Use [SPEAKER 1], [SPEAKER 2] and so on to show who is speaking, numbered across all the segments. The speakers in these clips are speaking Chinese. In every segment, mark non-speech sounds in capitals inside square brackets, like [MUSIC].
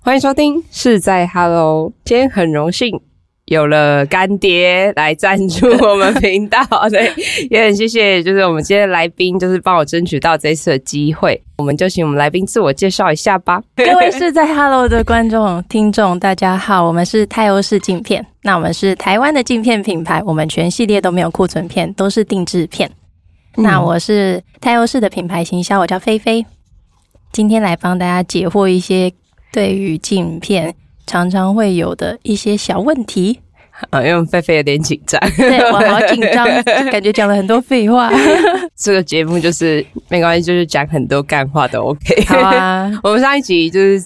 [SPEAKER 1] 欢迎收听《是在 Hello》。今天很荣幸有了干爹来赞助我们频道，
[SPEAKER 2] [LAUGHS]
[SPEAKER 1] 对，也很谢谢，就是我们今天来宾，就是帮我争取到这次的机会。我们就请我们来宾自我介绍一下
[SPEAKER 2] [LAUGHS]
[SPEAKER 1] 吧。 [LAUGHS]
[SPEAKER 2] 各位是在 Hello 的观众、听众，大家好，我们是泰欧式镜片，那我们是台湾的镜片品牌，我们全系列都没有库存片，都是定制片。
[SPEAKER 1] 嗯
[SPEAKER 2] 那我是泰欧式的品牌行销，我叫菲菲，今天来帮大家解惑一些对于镜片常常会有的一些小
[SPEAKER 1] [LAUGHS]
[SPEAKER 2] 问题。
[SPEAKER 1] 啊，因为菲菲有点紧张， [LAUGHS]
[SPEAKER 2] 对我好紧张，就感觉讲了很多废话。
[SPEAKER 1] 这个节目就是没关系，就是讲很多干话都 OK。
[SPEAKER 2] 好 [LAUGHS] 啊，
[SPEAKER 1] [LAUGHS] 我们上一集就是，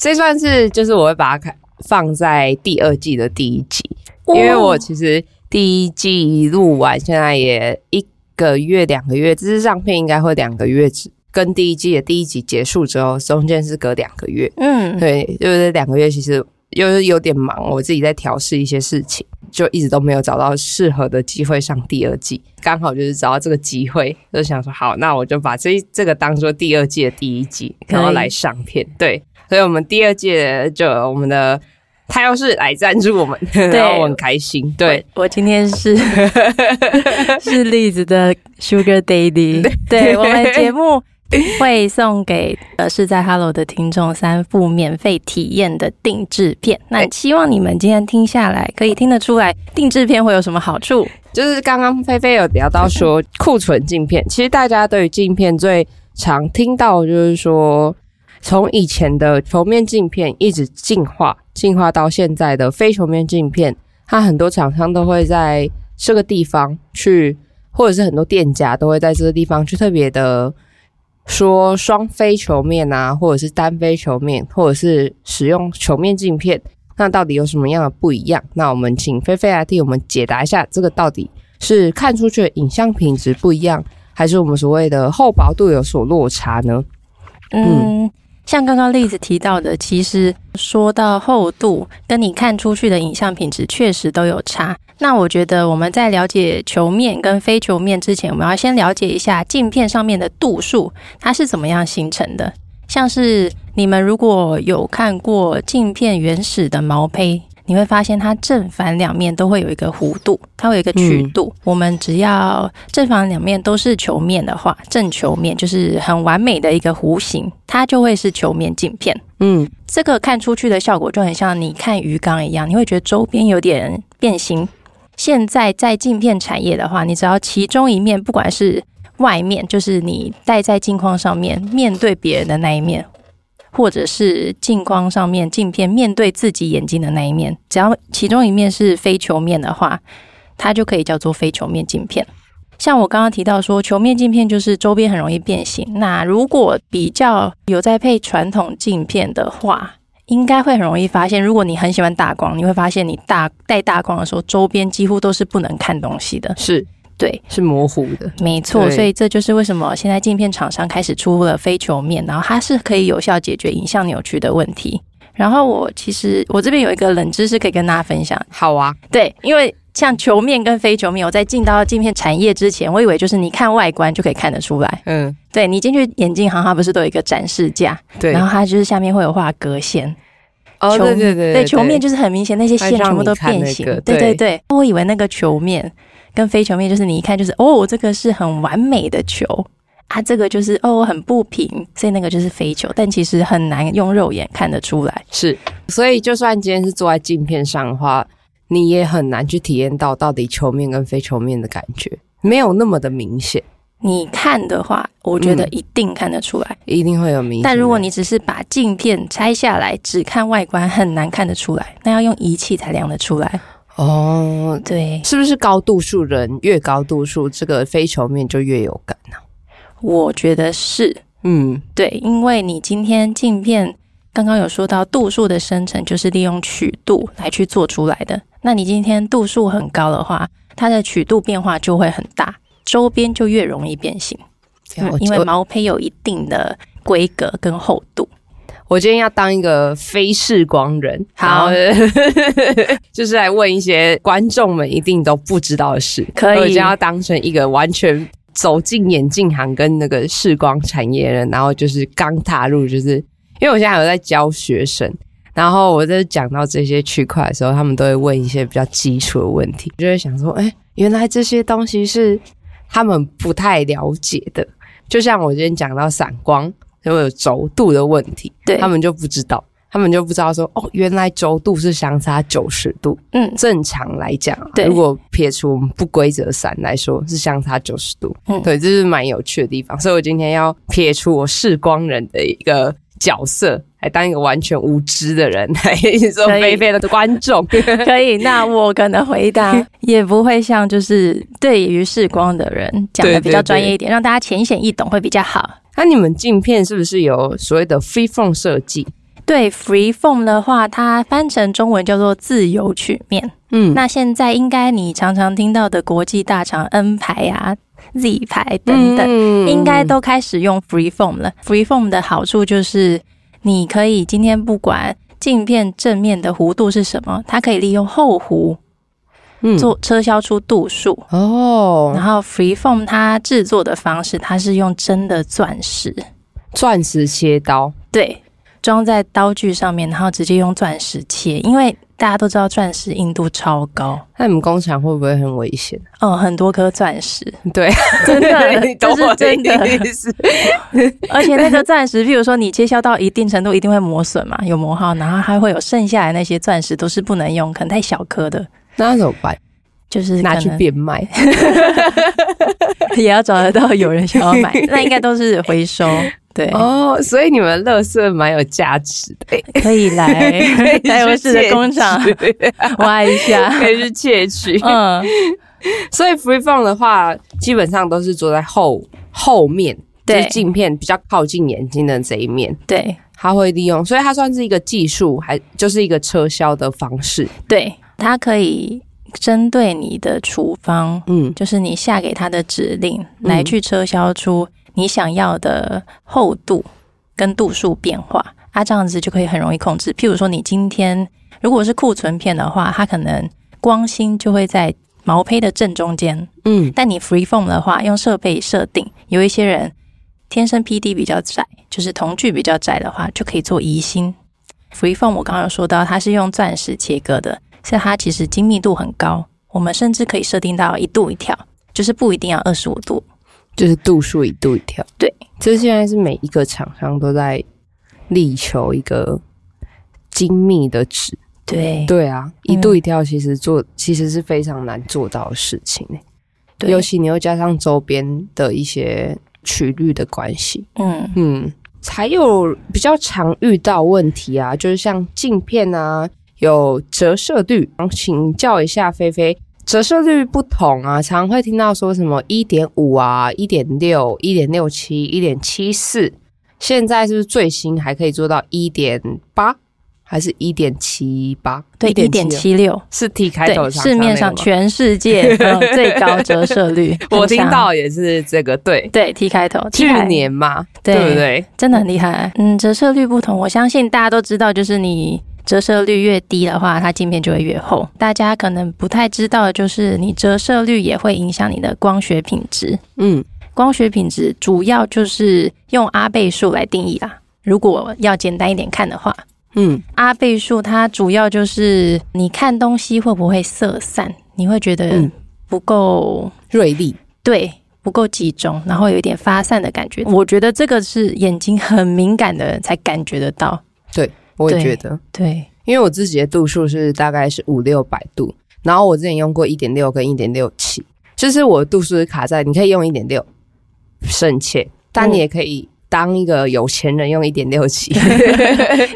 [SPEAKER 1] 这算是就是我会把它看放在第二季的第一集，
[SPEAKER 2] 哦
[SPEAKER 1] 因为我其实第一季录完，现在也一个月、两个月，这是上片应该会两个月之，跟第一季的第一集结束之后，中间是隔两个月，
[SPEAKER 2] 嗯，
[SPEAKER 1] 对，就是两个月其实又是有点忙，我自己在调试一些事情，就一直都没有找到适合的机会上第二季，刚好就是找到这个机会，就想说好，那我就把这一这个当做第二季的第一季，
[SPEAKER 2] 可以
[SPEAKER 1] 然后来上片。对，所以我们第二季就有我们的。他要是来赞助我们， [LAUGHS] 然后我很开心。对，
[SPEAKER 2] 我，我今天是是栗子的 Sugar Daddy，对我们节目会送给呃是在 Hello 的听众三副免费体验的定制片。那希望你们今天听下来，可以听得出来定制片会有什么好处。
[SPEAKER 1] 就是刚刚菲菲有聊到说库存镜片，其实大家对于镜片最常听到的就是说，从以前的球面镜片一直进化，进化到现在的非球面镜片，它很多厂商都会在这个地方去，或者是很多店家都会在这个地方去特别的说双非球面啊，或者是单非球面，或者是使用球面镜片，那到底有什么样的不一样？那我们请菲菲来替我们解答一下，这个到底是看出去的影像品质不一样，还是我们所谓的厚薄度有所落差呢？
[SPEAKER 2] 嗯，像刚刚栗子提到的，其实说到厚度，跟你看出去的影像品质确实都有差。那我觉得我们在了解球面跟非球面之前，我们要先了解一下镜片上面的度数，它是怎么样形成的。像是你们如果有看过镜片原始的毛胚，你会发现它正反两面都会有一个弧度，它会有一个曲度。我们只要正反两面都是球面的话，正球面就是很完美的一个弧形，它就会是球面镜片。
[SPEAKER 1] 嗯，
[SPEAKER 2] 这个看出去的效果就很像你看鱼缸一样，你会觉得周边有点变形。现在在镜片产业的话，你只要其中一面，不管是外面，就是你戴在镜框上面面对别人的那一面，或者是镜框上面镜片面对自己眼睛的那一面，只要其中一面是非球面的话，它就可以叫做非球面镜片。像我刚刚提到说，球面镜片就是周边很容易变形。那如果比较有在配传统镜片的话，应该会很容易发现。如果你很喜欢大光，你会发现你大戴大光的时候，周边几乎都是不能看东西的。
[SPEAKER 1] 是
[SPEAKER 2] 对，
[SPEAKER 1] 是模糊的。
[SPEAKER 2] 没错。
[SPEAKER 1] 对
[SPEAKER 2] 所以这就是为什么现在镜片厂商开始出了非球面，然后它是可以有效解决影像扭曲的问题。然后我其实我这边有一个冷知识可以跟大家分享，
[SPEAKER 1] 好啊，
[SPEAKER 2] 对，因为像球面跟非球面，我在进到镜片产业之前，我以为就是你看外观就可以看得出来。
[SPEAKER 1] 嗯，
[SPEAKER 2] 对你进去眼镜行，它不是都有一个展示架，
[SPEAKER 1] 对
[SPEAKER 2] 然后它就是下面会有画格线。
[SPEAKER 1] 哦，
[SPEAKER 2] 球
[SPEAKER 1] 对对对
[SPEAKER 2] 球面就是很明显那些线
[SPEAKER 1] 它让
[SPEAKER 2] 全部都
[SPEAKER 1] 你看
[SPEAKER 2] 变
[SPEAKER 1] 那
[SPEAKER 2] 形。
[SPEAKER 1] 个
[SPEAKER 2] 对
[SPEAKER 1] 对
[SPEAKER 2] 对对，我以为那个球面跟非球面就是你一看就是哦，这个是很完美的球。啊，这个就是哦，很不平，所以那个就是非球，但其实很难用肉眼看得出来。
[SPEAKER 1] 是。所以，就算今天是坐在镜片上的话，你也很难去体验到到底球面跟非球面的感觉，没有那么的明显，
[SPEAKER 2] 你看的话，我觉得
[SPEAKER 1] 嗯
[SPEAKER 2] 一定看得出来。
[SPEAKER 1] 一定会有明显的。
[SPEAKER 2] 但如果你只是把镜片拆下来，只看外观，很难看得出来。那要用仪器才量得出来。
[SPEAKER 1] 哦，
[SPEAKER 2] 对
[SPEAKER 1] 是不是高度数人越高度数，这个非球面就越有感啊？
[SPEAKER 2] 我觉得是
[SPEAKER 1] 嗯，
[SPEAKER 2] 对，因为你今天镜片刚刚有说到度数的生成，就是利用曲度来去做出来的。那你今天度数很高的话，它的曲度变化就会很大，周边就越容易变形，嗯
[SPEAKER 1] 了解
[SPEAKER 2] 啊因为毛胚有一定的规格跟厚度。
[SPEAKER 1] 我今天要当一个非视光人，
[SPEAKER 2] 好
[SPEAKER 1] 然后， [LAUGHS] 就是来问一些观众们一定都不知道的事。
[SPEAKER 2] 可以
[SPEAKER 1] 我今天要当成一个完全走进眼镜行跟那个视光产业的人，然后就是刚踏入，就是因为我现在还有在教学生，然后我在讲到这些区块的时候，他们都会问一些比较基础的问题，就会想说，哎，原来这些东西是他们不太了解的。就像我今天讲到散光，因为有轴度的问题，
[SPEAKER 2] 对
[SPEAKER 1] 他们就不知道，他们就不知道说，哦，原来轴度是相差九十度。
[SPEAKER 2] 嗯
[SPEAKER 1] 正常来讲啊，
[SPEAKER 2] 对
[SPEAKER 1] 如果撇除我们不规则散来说，是相差九十度。
[SPEAKER 2] 嗯
[SPEAKER 1] 对，这是蛮有趣的地方。所以我今天要撇除我视光人的一个角色，来当一个完全无知的人，来做
[SPEAKER 2] 可以
[SPEAKER 1] 菲菲的观
[SPEAKER 2] [LAUGHS]
[SPEAKER 1] 众。
[SPEAKER 2] 可以，那我可能
[SPEAKER 1] [LAUGHS]
[SPEAKER 2] 回答也不会像就是对于视光的人讲的比
[SPEAKER 1] 对对
[SPEAKER 2] 较
[SPEAKER 1] 对
[SPEAKER 2] 专业一点，让大家浅显易懂会比较好。
[SPEAKER 1] 那你们镜片是不是有所谓的 free form 设计？
[SPEAKER 2] 对 free form 的话，它翻成中文叫做自由曲面。
[SPEAKER 1] 嗯，
[SPEAKER 2] 那现在应该你常常听到的国际大厂 N 牌啊、Z 牌等等，
[SPEAKER 1] 等
[SPEAKER 2] 嗯应该都开始用 free form 了。free form 的好处就是，你可以今天不管镜片正面的弧度是什么，它可以利用后弧做撤销出度数。
[SPEAKER 1] 嗯哦
[SPEAKER 2] 然，后 Freeform 它制作的方式，它是用真的钻石，
[SPEAKER 1] 钻石切刀。
[SPEAKER 2] 对，装在刀具上面，然后直接用钻石切，因为大家都知道钻石硬度超高，
[SPEAKER 1] 那你们工厂会不会很危险？
[SPEAKER 2] 嗯，很多颗钻石，
[SPEAKER 1] [LAUGHS] 对，[LAUGHS]
[SPEAKER 2] 真
[SPEAKER 1] 你
[SPEAKER 2] 的，
[SPEAKER 1] 懂
[SPEAKER 2] 这
[SPEAKER 1] 我
[SPEAKER 2] 是真的，
[SPEAKER 1] 意思。
[SPEAKER 2] 而且那个钻石，譬如说你切削到一定程度，一定会磨损嘛，有磨耗，然后还会有剩下来那些钻石都是不能用，可能太小颗的，
[SPEAKER 1] 那怎么办？
[SPEAKER 2] 就是
[SPEAKER 1] 拿
[SPEAKER 2] 可
[SPEAKER 1] 去
[SPEAKER 2] 能
[SPEAKER 1] 变卖。
[SPEAKER 2] [LAUGHS] 也要找得到有人想要
[SPEAKER 1] [LAUGHS]
[SPEAKER 2] 买，那应该都是回收，对，
[SPEAKER 1] 哦，所以你们乐色蛮有价值的，
[SPEAKER 2] 可以
[SPEAKER 1] [LAUGHS]
[SPEAKER 2] 来来我市的工厂挖一下。
[SPEAKER 1] 可以去哎窃取。
[SPEAKER 2] 嗯，
[SPEAKER 1] 所以 free form 的话，基本上都是坐在后后面，就
[SPEAKER 2] 对
[SPEAKER 1] 是镜片比较靠近眼睛的这一面，
[SPEAKER 2] 对
[SPEAKER 1] 它会利用，所以它算是一个技术，还就是一个撤销的方式。
[SPEAKER 2] 对，它可以针对你的处方，
[SPEAKER 1] 嗯，
[SPEAKER 2] 就是你下给他的指令，
[SPEAKER 1] 嗯
[SPEAKER 2] 来去撤销出你想要的厚度跟度数变化。啊，这样子就可以很容易控制。譬如说，你今天如果是库存片的话，它可能光芯就会在毛胚的正中间，
[SPEAKER 1] 嗯，
[SPEAKER 2] 但你 freeform 的话，用设备设定，有一些人天生 PD 比较窄，就是瞳距比较窄的话，就可以做移心。freeform 我刚刚有说到，它是用钻石切割的，所以它其实精密度很高。我们甚至可以设定到一度一条，就是不一定要二十五度。
[SPEAKER 1] 就是度数一度一条。
[SPEAKER 2] 对，
[SPEAKER 1] 这现在是每一个厂商都在力求一个精密的值。
[SPEAKER 2] 对
[SPEAKER 1] 对啊，一度一跳其实做、其实是非常难做到的事情、欸
[SPEAKER 2] 对，
[SPEAKER 1] 尤其你又加上周边的一些曲率的关系，
[SPEAKER 2] 嗯
[SPEAKER 1] 嗯，才有比较常遇到问题啊，就是像镜片啊有折射率，请教一下菲菲，折射率不同啊，常会听到说什么一点五啊、一点六、一点六七、一点七四，现在是不是最新还可以做到一点八，还是一点七八？
[SPEAKER 2] 对，一点
[SPEAKER 1] 1.76
[SPEAKER 2] 七六，
[SPEAKER 1] 是 T 开头
[SPEAKER 2] 对，
[SPEAKER 1] 的厂商
[SPEAKER 2] 市面
[SPEAKER 1] 那个
[SPEAKER 2] 上
[SPEAKER 1] 吗，
[SPEAKER 2] 全世界、嗯、最高折射率
[SPEAKER 1] [LAUGHS] 我听
[SPEAKER 2] 很强。
[SPEAKER 1] 到也是这个，对，
[SPEAKER 2] 对，T 开头，T
[SPEAKER 1] 去
[SPEAKER 2] 开
[SPEAKER 1] 年嘛，
[SPEAKER 2] 对
[SPEAKER 1] 对不对？
[SPEAKER 2] 真的很厉害。嗯，折射率不同，我相信大家都知道，就是你折射率越低的话，它镜片就会越厚。大家可能不太知道，就是你折射率也会影响你的光学品质。
[SPEAKER 1] 嗯，
[SPEAKER 2] 光学品质主要就是用阿倍数来定义啦。如果要简单一点看的话，
[SPEAKER 1] 嗯，
[SPEAKER 2] 阿倍数它主要就是你看东西会不会色散，你会觉得
[SPEAKER 1] 嗯
[SPEAKER 2] 不够、
[SPEAKER 1] 锐利，
[SPEAKER 2] 对，不够集中，然后有一点发散的感觉。我觉得这个是眼睛很敏感的人才感觉得到。
[SPEAKER 1] 我也
[SPEAKER 2] 对
[SPEAKER 1] 觉得， [LAUGHS]
[SPEAKER 2] 对，
[SPEAKER 1] 因为我自己的度数是大概是五六百度，然后我之前用过一点六跟一点六七，就是我的度数是卡在，你可以用一点六省钱，但你也可以当一个有钱人用一点六 [LAUGHS] 七，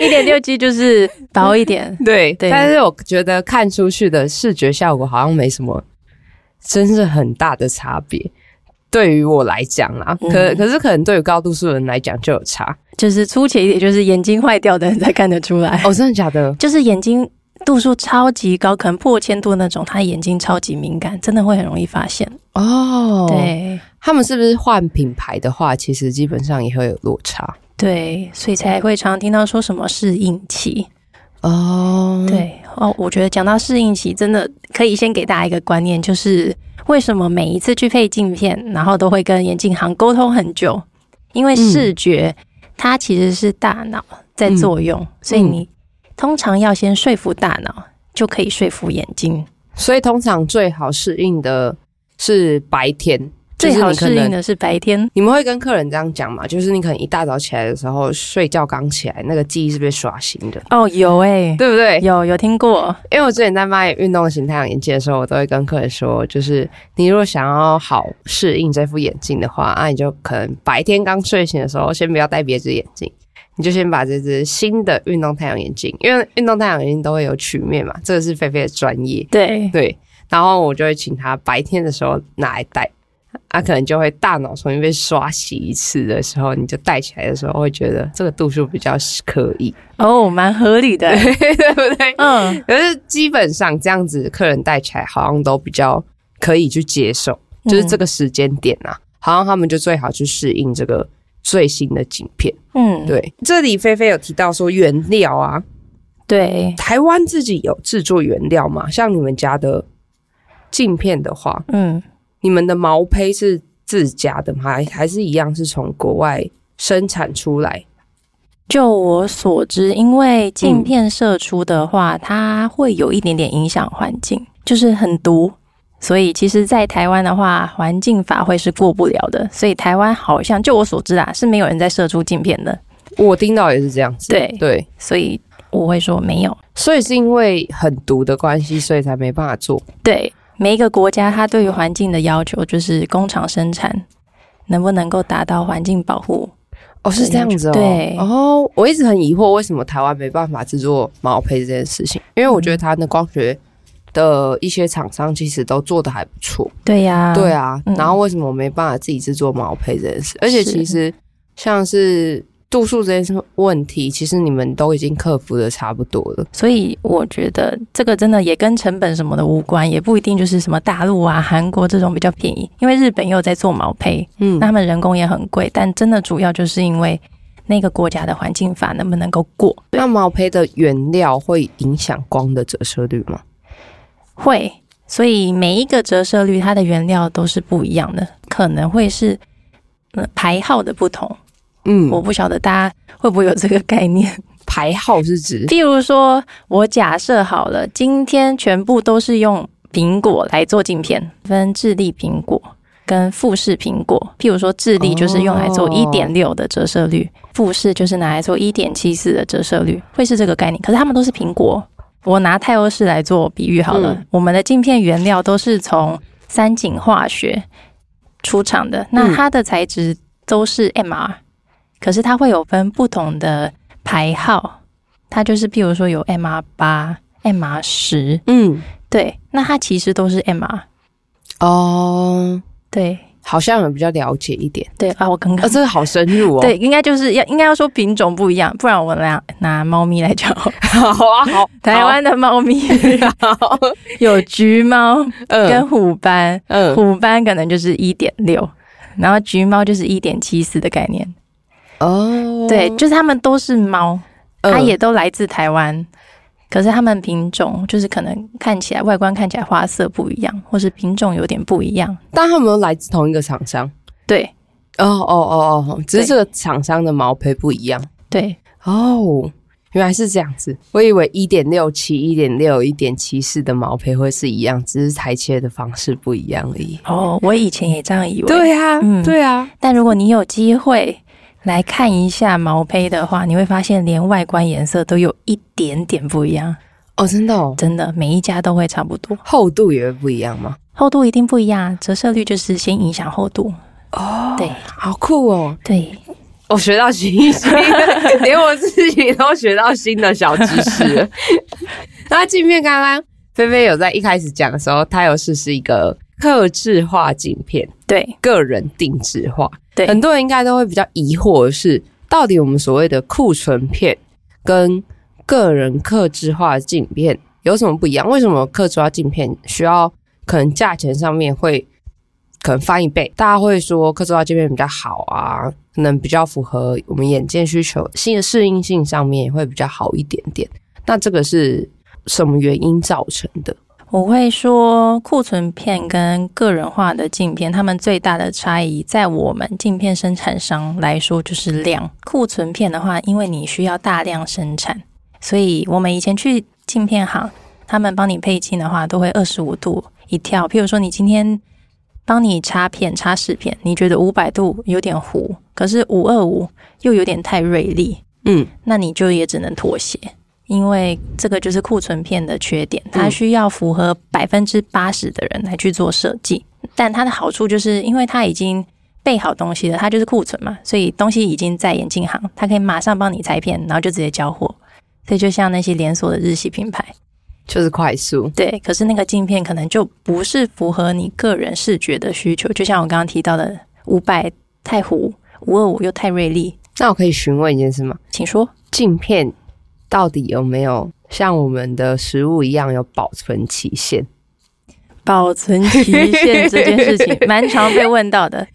[SPEAKER 2] 一点六 G 就是薄一点。 [LAUGHS]
[SPEAKER 1] 对，
[SPEAKER 2] 对
[SPEAKER 1] 但是我觉得看出去的视觉效果好像没什么，真是很大的差别。对于我来讲啦，
[SPEAKER 2] 嗯
[SPEAKER 1] 可可是可能对于高度数的人来讲就有差
[SPEAKER 2] 就是粗浅一点，就是眼睛坏掉的人才看得出来。
[SPEAKER 1] 哦，真的假的？
[SPEAKER 2] 就是眼睛度数超级高，可能破千度那种，他眼睛超级敏感，真的会很容易发现。
[SPEAKER 1] 哦，，
[SPEAKER 2] 对
[SPEAKER 1] 他们是不是换品牌的话，其实基本上也会有落差
[SPEAKER 2] 对，所以才会常听到说什么适应期。
[SPEAKER 1] 哦。，
[SPEAKER 2] 对哦，我觉得讲到适应期，真的可以先给大家一个观念，就是为什么每一次去配镜片，然后都会跟眼镜行沟通很久，
[SPEAKER 1] 嗯
[SPEAKER 2] 因为视觉、它其实是大脑在作用，所以你通常要先说服大脑，就可以说服眼睛。
[SPEAKER 1] 所以通常最好适应的是白天，
[SPEAKER 2] 最好
[SPEAKER 1] 就是
[SPEAKER 2] 适
[SPEAKER 1] 你可
[SPEAKER 2] 应
[SPEAKER 1] 能。
[SPEAKER 2] 的是白天，
[SPEAKER 1] 你们会跟客人这样讲吗？就是你可能一大早起来的时候，睡觉刚起来，那个记忆是被刷新的，
[SPEAKER 2] 哦，有哎、
[SPEAKER 1] 对不对？
[SPEAKER 2] 有有听过，
[SPEAKER 1] 因为我之前在卖运动型太阳眼镜的时候，我都会跟客人说，就是你如果想要好适应这副眼镜的话，啊，你就可能白天刚睡醒的时候，先不要戴别只眼镜，你就先把这只新的运动太阳眼镜，因为运动太阳眼镜都会有曲面嘛，这个是菲菲的专业，
[SPEAKER 2] 对，
[SPEAKER 1] 对，然后我就会请他白天的时候拿来戴，他、可能就会大脑重新被刷洗一次的时候，你就戴起来的时候会觉得这个度数比较可以， [LAUGHS]
[SPEAKER 2] 哦，蛮合理的，
[SPEAKER 1] 对不对？
[SPEAKER 2] 嗯
[SPEAKER 1] 可是基本上这样子，客人戴起来好像都比较可以去接受，就是这个时间点啊，好像他们就最好去适应这个最新的镜片。
[SPEAKER 2] 嗯，对
[SPEAKER 1] 对，这里菲菲有提到说原料啊，
[SPEAKER 2] 对，
[SPEAKER 1] 台湾自己有制作原料吗？像你们家的镜片的话，
[SPEAKER 2] 嗯，
[SPEAKER 1] 你们的毛胚是自家的吗？还还是一样是从国外生产出来？
[SPEAKER 2] 就我所知，因为镜片射出的话，它会有一点点影响环境，就是很毒。所以其实，在台湾的话，环境法会是过不了的。所以台湾好像就我所知啊，是没有人在射出镜片的。
[SPEAKER 1] 我听到也是这样子。
[SPEAKER 2] 对
[SPEAKER 1] 对，
[SPEAKER 2] 所以我会说没有。
[SPEAKER 1] 所以是因为很毒的关系，所以才没办法做。
[SPEAKER 2] 对，每一个国家它对于环境的要求就是工厂生产能不能够达到环境保护。
[SPEAKER 1] 哦，是这样子哦。
[SPEAKER 2] 对
[SPEAKER 1] 哦，我一直很疑惑为什么台湾没办法制作毛坯这件事情，因为我
[SPEAKER 2] 嗯
[SPEAKER 1] 觉得台湾的光学的一些厂商其实都做的还不错。
[SPEAKER 2] 对呀、
[SPEAKER 1] 对，啊，
[SPEAKER 2] 嗯
[SPEAKER 1] 然后为什么我没办法自己制作毛坯这件事？而且
[SPEAKER 2] 是
[SPEAKER 1] 其实像是度数这件问题，其实你们都已经克服的差不多了。
[SPEAKER 2] 所以我觉得这个真的也跟成本什么的无关，也不一定就是什么大陆啊、韩国这种比较便宜，因为日本又在做毛坯，
[SPEAKER 1] 嗯
[SPEAKER 2] 那他们人工也很贵，但真的主要就是因为那个国家的环境法能不能够过。
[SPEAKER 1] 那毛坯的原料会影响光的折射率吗？
[SPEAKER 2] 会，所以每一个折射率它的原料都是不一样的，可能会是呃排号的不同。
[SPEAKER 1] 嗯
[SPEAKER 2] 我不晓得大家会不会有这个概念。
[SPEAKER 1] 排号是指
[SPEAKER 2] 譬如说，我假设好了，今天全部都是用苹果来做镜片，分智利苹果。跟富士苹果，譬如说智利就是用来做
[SPEAKER 1] 哦
[SPEAKER 2] 一点六的折射率，富士就是拿来做一点七四的折射率，会是这个概念。可是它们都是苹果，我拿泰欧式来做比喻好了，
[SPEAKER 1] 嗯
[SPEAKER 2] 我们的镜片原料都是从三井化学出厂
[SPEAKER 1] 嗯
[SPEAKER 2] 的，那它的材质都是 MR，、可是它会有分不同的牌号，它就是譬如说有 MR 八、MR 十，
[SPEAKER 1] 嗯
[SPEAKER 2] 对，那它其实都是 MR，
[SPEAKER 1] 哦，
[SPEAKER 2] 对
[SPEAKER 1] 好像有比较了解一
[SPEAKER 2] [LAUGHS]
[SPEAKER 1] 点。
[SPEAKER 2] 对啊，我刚
[SPEAKER 1] 呃、
[SPEAKER 2] 刚。
[SPEAKER 1] 这个好深入哦。
[SPEAKER 2] 对，，应该就是要应该要说品种不一样，不然我拿拿猫咪来讲好了，
[SPEAKER 1] [LAUGHS] 好啊，好，
[SPEAKER 2] [LAUGHS] 台湾的
[SPEAKER 1] [LAUGHS]
[SPEAKER 2] 猫咪
[SPEAKER 1] 好，
[SPEAKER 2] 有橘猫
[SPEAKER 1] 嗯
[SPEAKER 2] [LAUGHS] 跟虎斑，
[SPEAKER 1] 嗯，
[SPEAKER 2] 虎斑可能就是一点六，然后橘猫就是一点七四的概念。
[SPEAKER 1] 哦，
[SPEAKER 2] 对，就是它们都是猫，
[SPEAKER 1] 嗯
[SPEAKER 2] 它也都来自台湾，可是它们品种就是可能看起来外观看起来花色不一样，或是品种有点不一样。
[SPEAKER 1] 但他们都来自同一个厂商。
[SPEAKER 2] 对
[SPEAKER 1] 哦哦哦哦，只是
[SPEAKER 2] 对
[SPEAKER 1] 这个厂商的毛坯不一样。
[SPEAKER 2] 对，
[SPEAKER 1] 哦，原来是这样子，我以为一点六七、一点六、一点七四的毛坯会是一样，只是裁切的方式不一样而已。
[SPEAKER 2] 哦，我以前也这样以为。，
[SPEAKER 1] 对啊，
[SPEAKER 2] 嗯
[SPEAKER 1] 对啊，
[SPEAKER 2] 但如果你有机会。来看一下毛坯的话，你会发现连外观颜色都有一点点不一样，
[SPEAKER 1] 哦，真的哦，
[SPEAKER 2] 真的，每一家都会差不多，
[SPEAKER 1] 厚度也会不一样吗？
[SPEAKER 2] 厚度一定不一样，啊折射率就是先影响厚度。
[SPEAKER 1] 哦，
[SPEAKER 2] 对
[SPEAKER 1] 好酷哦！
[SPEAKER 2] 对，
[SPEAKER 1] 我哦学到新 [LAUGHS] 新，连我自己都学到新的小知识 [LAUGHS] 了。那镜片刚刚菲菲有在一开始讲的时候，她有试试一个客制化镜片，
[SPEAKER 2] 对
[SPEAKER 1] 个人定制化。
[SPEAKER 2] 对
[SPEAKER 1] 很多人应该都会比较疑惑的是，到底我们所谓的库存片跟个人客制化镜片有什么不一样？为什么客制化镜片需要可能价钱上面会可能翻一倍？大家会说客制化镜片比较好啊，可能比较符合我们眼见需求，新的适应性上面也会比较好一点点。那这个是什么原因造成的？
[SPEAKER 2] 我会说库存片跟个人化的镜片，它们最大的差异，在我们镜片生产商来说就是量。库存片的话，因为你需要大量生产，所以我们以前去镜片行，他们帮你配镜的话，都会二十五度一跳。譬如说，你今天帮你擦片、擦饰片，你觉得五百度有点糊，可是五二五又有点太锐利，
[SPEAKER 1] 嗯，
[SPEAKER 2] 那你就也只能妥协，因为这个就是库存片的缺点，它需要符合百分之八十的人来去做设计。但它的好处就是，因为它已经备好东西了，它就是库存嘛，所以东西已经在眼镜行，它可以马上帮你裁片，然后就直接交货。所以就像那些连锁的日系品牌，
[SPEAKER 1] 就是快速，
[SPEAKER 2] 对，可是那个镜片可能就不是符合你个人视觉的需求，就像我刚刚提到的，五百太糊，五二五又太锐利，
[SPEAKER 1] 那我可以询问一件事吗？
[SPEAKER 2] 请说。
[SPEAKER 1] 镜片到底有没有像我们的食物一样有保存期限？
[SPEAKER 2] 保存期限这件
[SPEAKER 1] [LAUGHS]
[SPEAKER 2] 事情蛮常被问到的。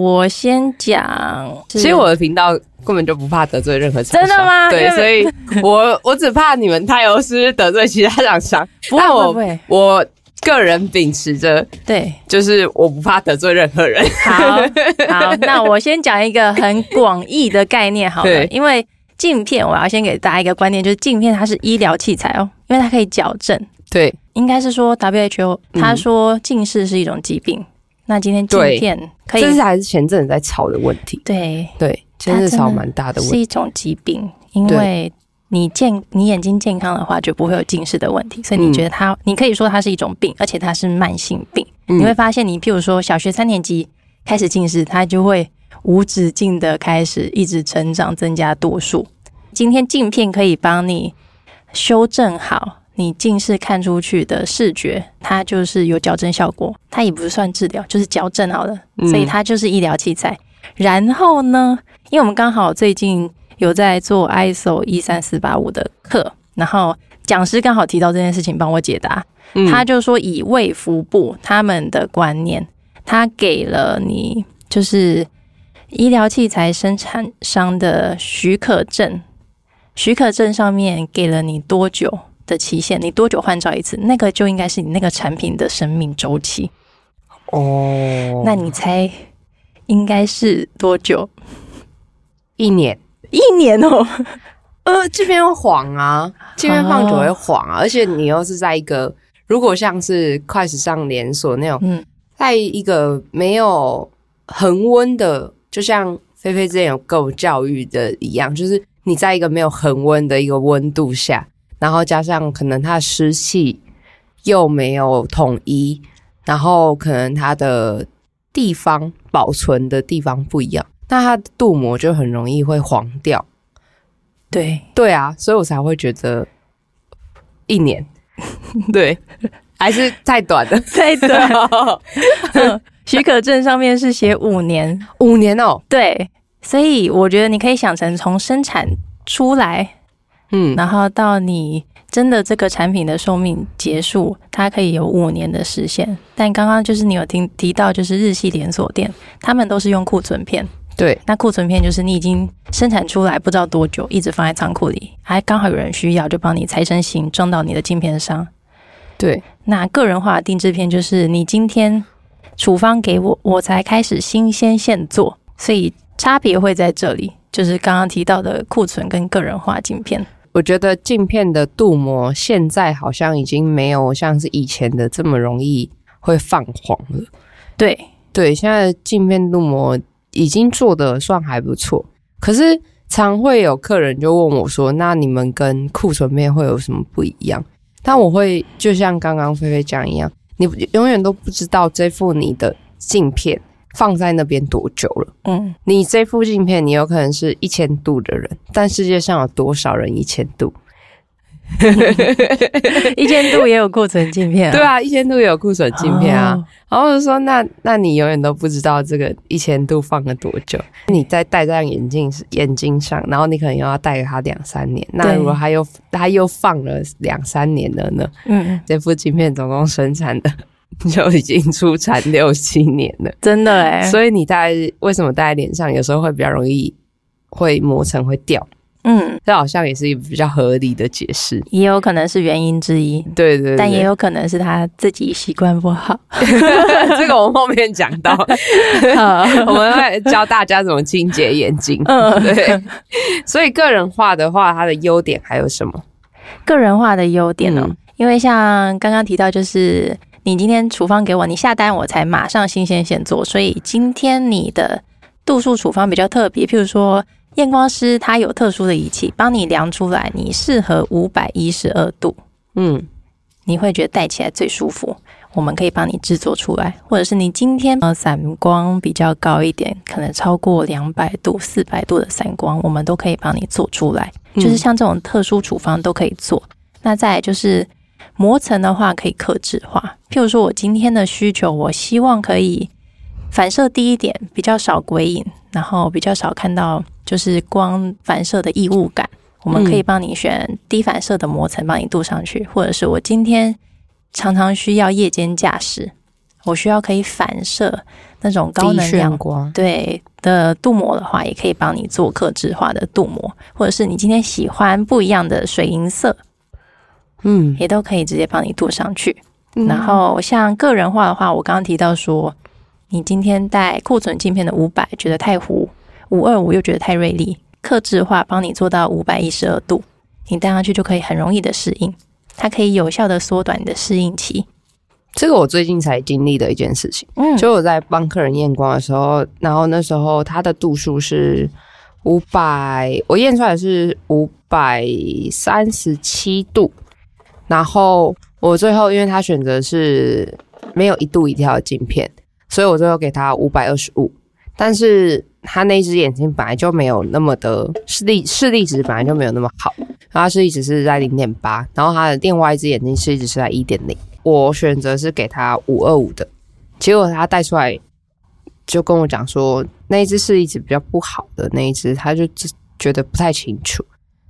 [SPEAKER 2] 我先讲，
[SPEAKER 1] 其实我的频道根本就不怕得罪任何厂商
[SPEAKER 2] 真的吗
[SPEAKER 1] 对，
[SPEAKER 2] 因为
[SPEAKER 1] 所
[SPEAKER 2] [LAUGHS]
[SPEAKER 1] 以我我只怕你们太有私得罪其他厂商。
[SPEAKER 2] 不
[SPEAKER 1] 但我
[SPEAKER 2] 会不会
[SPEAKER 1] 我个人秉持着，
[SPEAKER 2] 对，
[SPEAKER 1] 就是我不怕得罪任何人。
[SPEAKER 2] 好
[SPEAKER 1] [LAUGHS]
[SPEAKER 2] 好，那我先讲一个很广义的概念好了
[SPEAKER 1] 对，
[SPEAKER 2] 因为镜片我要先给大家一个观念，就是镜片它是医疗器材哦，因为它可以矫正，
[SPEAKER 1] 对，
[SPEAKER 2] 应该是说 WHO
[SPEAKER 1] 嗯
[SPEAKER 2] 他说近视是一种疾病，那今天镜
[SPEAKER 1] 对
[SPEAKER 2] 片可
[SPEAKER 1] 这
[SPEAKER 2] 以
[SPEAKER 1] 是还是前阵子在吵的问题。
[SPEAKER 2] 对
[SPEAKER 1] 对，前阵子吵蛮大的问
[SPEAKER 2] 是
[SPEAKER 1] 题。
[SPEAKER 2] 一种疾病，因
[SPEAKER 1] 对
[SPEAKER 2] 为你健你眼睛健康的话，就不会有近视的问题，所以你
[SPEAKER 1] 嗯
[SPEAKER 2] 觉得它，你可以说它是一种病，而且它是慢性病。
[SPEAKER 1] 嗯
[SPEAKER 2] 你会发现，你譬如说小学三年级开始近视，它就会无止境的开始一直成长，增加度数。今天镜片可以帮你修正好你近视看出去的视觉，它就是有矫正效果，它也不算治疗，就是矫正好了，
[SPEAKER 1] 嗯
[SPEAKER 2] 所以它就是医疗器材。然后呢，因为我们刚好最近有在做 ISO 一三四八五的课，然后讲师刚好提到这件事情，帮我解答。
[SPEAKER 1] 嗯
[SPEAKER 2] 他就说以卫福部他们的观念，他给了你就是医疗器材生产商的许可证，许可证上面给了你多久的期限，你多久换照一次，那个就应该是你那个产品的生命周期。
[SPEAKER 1] 哦，
[SPEAKER 2] 那你猜应该是多久？
[SPEAKER 1] 一年。
[SPEAKER 2] 一年哦，
[SPEAKER 1] 呃，这边会晃啊，这边放久会晃啊，而且你又是在一个如果像是快时尚连锁那种，
[SPEAKER 2] 嗯，
[SPEAKER 1] 在一个没有恒温的，就像菲菲之前有跟我教育的一样，就是你在一个没有恒温的一个温度下，然后加上可能它的湿气又没有统一，然后可能它的地方保存的地方不一样，那它的镀膜就很容易会黄掉。
[SPEAKER 2] [LAUGHS] 对，
[SPEAKER 1] 对啊，所以我才会觉得一年，对，还是太短了。
[SPEAKER 2] 太短。嗯许可证上面是写五年，
[SPEAKER 1] [LAUGHS] 五年哦、
[SPEAKER 2] 对，所以我觉得你可以想成从生产出来，
[SPEAKER 1] 嗯，
[SPEAKER 2] 然后到你真的这个产品的寿命结束，它可以有五年的时限。但刚刚就是你有听提到，就是日系连锁店，他们都是用库存片。
[SPEAKER 1] 对，
[SPEAKER 2] 那库存片就是你已经生产出来不知道多久，一直放在仓库里，还刚好有人需要，就帮你裁成型，装到你的镜片上。
[SPEAKER 1] 对，
[SPEAKER 2] 那个人化的定制片就是你今天处方给我，我才开始新鲜现做，所以差别会在这里，就是刚刚提到的库存跟个人化镜片。
[SPEAKER 1] 我觉得镜片的镀膜现在好像已经没有像是以前的这么容易会泛黄了。
[SPEAKER 2] 对，
[SPEAKER 1] 对，现在的镜片镀膜已经做的算还不错，可是常会有客人就问我说：“那你们跟库存面会有什么不一样？”但我会就像刚刚菲菲讲一样，你永远都不知道这副你的镜片放在那边多久了。
[SPEAKER 2] 嗯，
[SPEAKER 1] 你这副镜片，你有可能是一千度的人，但世界上有多少人一千度？
[SPEAKER 2] [LAUGHS] 一千度也有库存镜片、
[SPEAKER 1] 对，啊，一千度也有库存镜片啊。
[SPEAKER 2] 哦
[SPEAKER 1] 然后我就说，那那你永远都不知道这个一千度放了多久。你再戴在眼镜眼睛上，然后你可能又要戴它两三年。那
[SPEAKER 2] 对
[SPEAKER 1] 如果它又它又放了两三年了呢？
[SPEAKER 2] 嗯，
[SPEAKER 1] 这副镜片总共生产的 [LAUGHS] 就已经出产六七年了，
[SPEAKER 2] 真的哎、
[SPEAKER 1] 所以你戴为什么戴在脸上，有时候会比较容易会磨成会掉。
[SPEAKER 2] 嗯，
[SPEAKER 1] 这好像也是一个比较合理的解释。
[SPEAKER 2] 也有可能是原因之一，
[SPEAKER 1] 对对对，
[SPEAKER 2] 但也有可能是他自己习惯不好。
[SPEAKER 1] [LAUGHS] 这个我们后面讲到，我们会教大家怎么清洁眼睛。
[SPEAKER 2] 嗯
[SPEAKER 1] 对，所以个人化的话，它的优点还有什么？
[SPEAKER 2] 个人化的优点哦，
[SPEAKER 1] 嗯
[SPEAKER 2] 因为像刚刚提到，就是你今天处方给我，你下单我才马上新鲜现做，所以今天你的度数处方比较特别，譬如说验光师他有特殊的仪器帮你量出来，你适合五百一十二度，
[SPEAKER 1] 嗯，
[SPEAKER 2] 你会觉得戴起来最舒服。我们可以帮你制作出来，或者是你今天呃散光比较高一点，可能超过两百度、四百度的散光，我们都可以帮你做出来。就是像这种特殊处方都可以做。那再来就是磨层的话，可以克制化。譬如说我今天的需求，我希望可以反射低一点，比较少鬼影，然后比较少看到就是光反射的异物感。我们可以帮你选低反射的磨层，帮你镀上去，或者是我今天常常需要夜间驾驶，我需要可以反射那种高能
[SPEAKER 1] 低
[SPEAKER 2] 量
[SPEAKER 1] 眩光，
[SPEAKER 2] 对的镀膜的话，也可以帮你做克制化的镀膜，或者是你今天喜欢不一样的水银色，
[SPEAKER 1] 嗯，
[SPEAKER 2] 也都可以直接帮你镀上去。然后像个人化的话，我刚刚提到说，你今天戴库存镜片的五百觉得太糊，五二五又觉得太锐利，克制化帮你做到五百一十二度，你戴上去就可以很容易的适应，它可以有效的缩短你的适应期。
[SPEAKER 1] 这个我最近才经历的一件事情，
[SPEAKER 2] 嗯
[SPEAKER 1] 就我在帮客人验光的时候，然后那时候他的度数是五百，我验出来是五百三十七度，然后我最后因为他选择是没有一度一条的镜片，所以我最后给他五百二十五，但是他那只眼睛本来就没有那么的视力视力值本来就没有那么好，然后他视力值是在零点八，然后他的另外一只眼睛视力值是在一点零，我选择是给他五二五的。结果他带出来就跟我讲说，那一只是一只比较不好的那一只，他就只觉得不太清楚。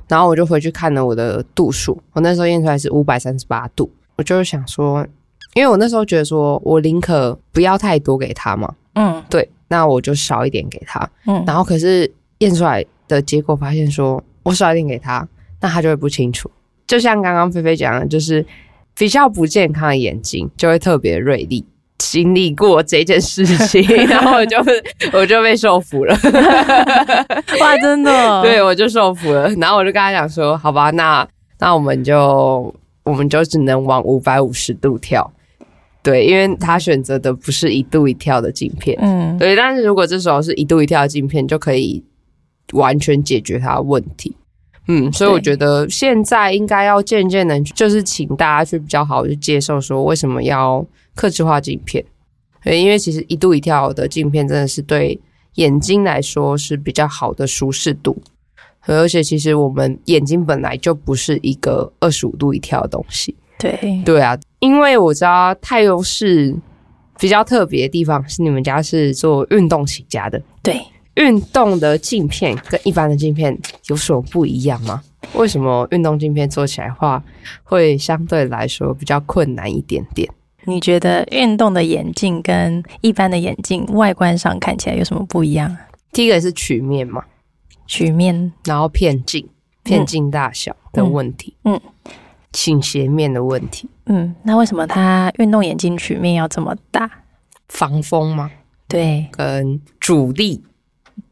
[SPEAKER 1] 然后我就回去看了我的度数，我那时候验出来是五百三十八度，我就是想说，因为我那时候觉得说我宁可不要太多给他嘛，
[SPEAKER 2] 嗯
[SPEAKER 1] 对，那我就少一点给他。
[SPEAKER 2] 嗯，
[SPEAKER 1] 然后可是验出来的结果发现说，我少一点给他，那他就会不清楚。就像刚刚菲菲讲的，就是比较不健康的眼睛就会特别锐利。经历过这件事情，然后我就我就被受服了，
[SPEAKER 2] [LAUGHS] 哇，真的，哦
[SPEAKER 1] 对我就受服了。然后我就跟他讲说，好吧，那那我们就我们就只能往五百五十度跳，对，因为他选择的不是一度一跳的镜片，
[SPEAKER 2] 嗯，
[SPEAKER 1] 对，但是如果这时候是一度一跳的镜片，就可以完全解决它的问题。嗯，所以我
[SPEAKER 2] 对
[SPEAKER 1] 觉得现在应该要渐渐的，就是请大家去比较好地去接受，说为什么要克制化镜片。对，因为其实一度一跳的镜片真的是对眼睛来说是比较好的舒适度，而且其实我们眼睛本来就不是一个二十五度一跳的东西，
[SPEAKER 2] 对，
[SPEAKER 1] 对啊，因为我知道太优是比较特别的地方是你们家是做运动起家的，
[SPEAKER 2] 对。
[SPEAKER 1] 运动的镜片跟一般的镜片有什么不一样吗？为什么运动镜片做起来的话会相对来说比较困难一点点？
[SPEAKER 2] 你觉得运动的眼镜跟一般的眼镜外观上看起来有什么不一样啊？
[SPEAKER 1] 第一个是曲面嘛，
[SPEAKER 2] 曲面，
[SPEAKER 1] 然后片镜、片镜大小的问题，
[SPEAKER 2] 嗯嗯嗯
[SPEAKER 1] 倾斜面的问题，
[SPEAKER 2] 嗯，那为什么它运动眼镜曲面要这么大？
[SPEAKER 1] 防风吗？
[SPEAKER 2] 对，
[SPEAKER 1] 跟阻力，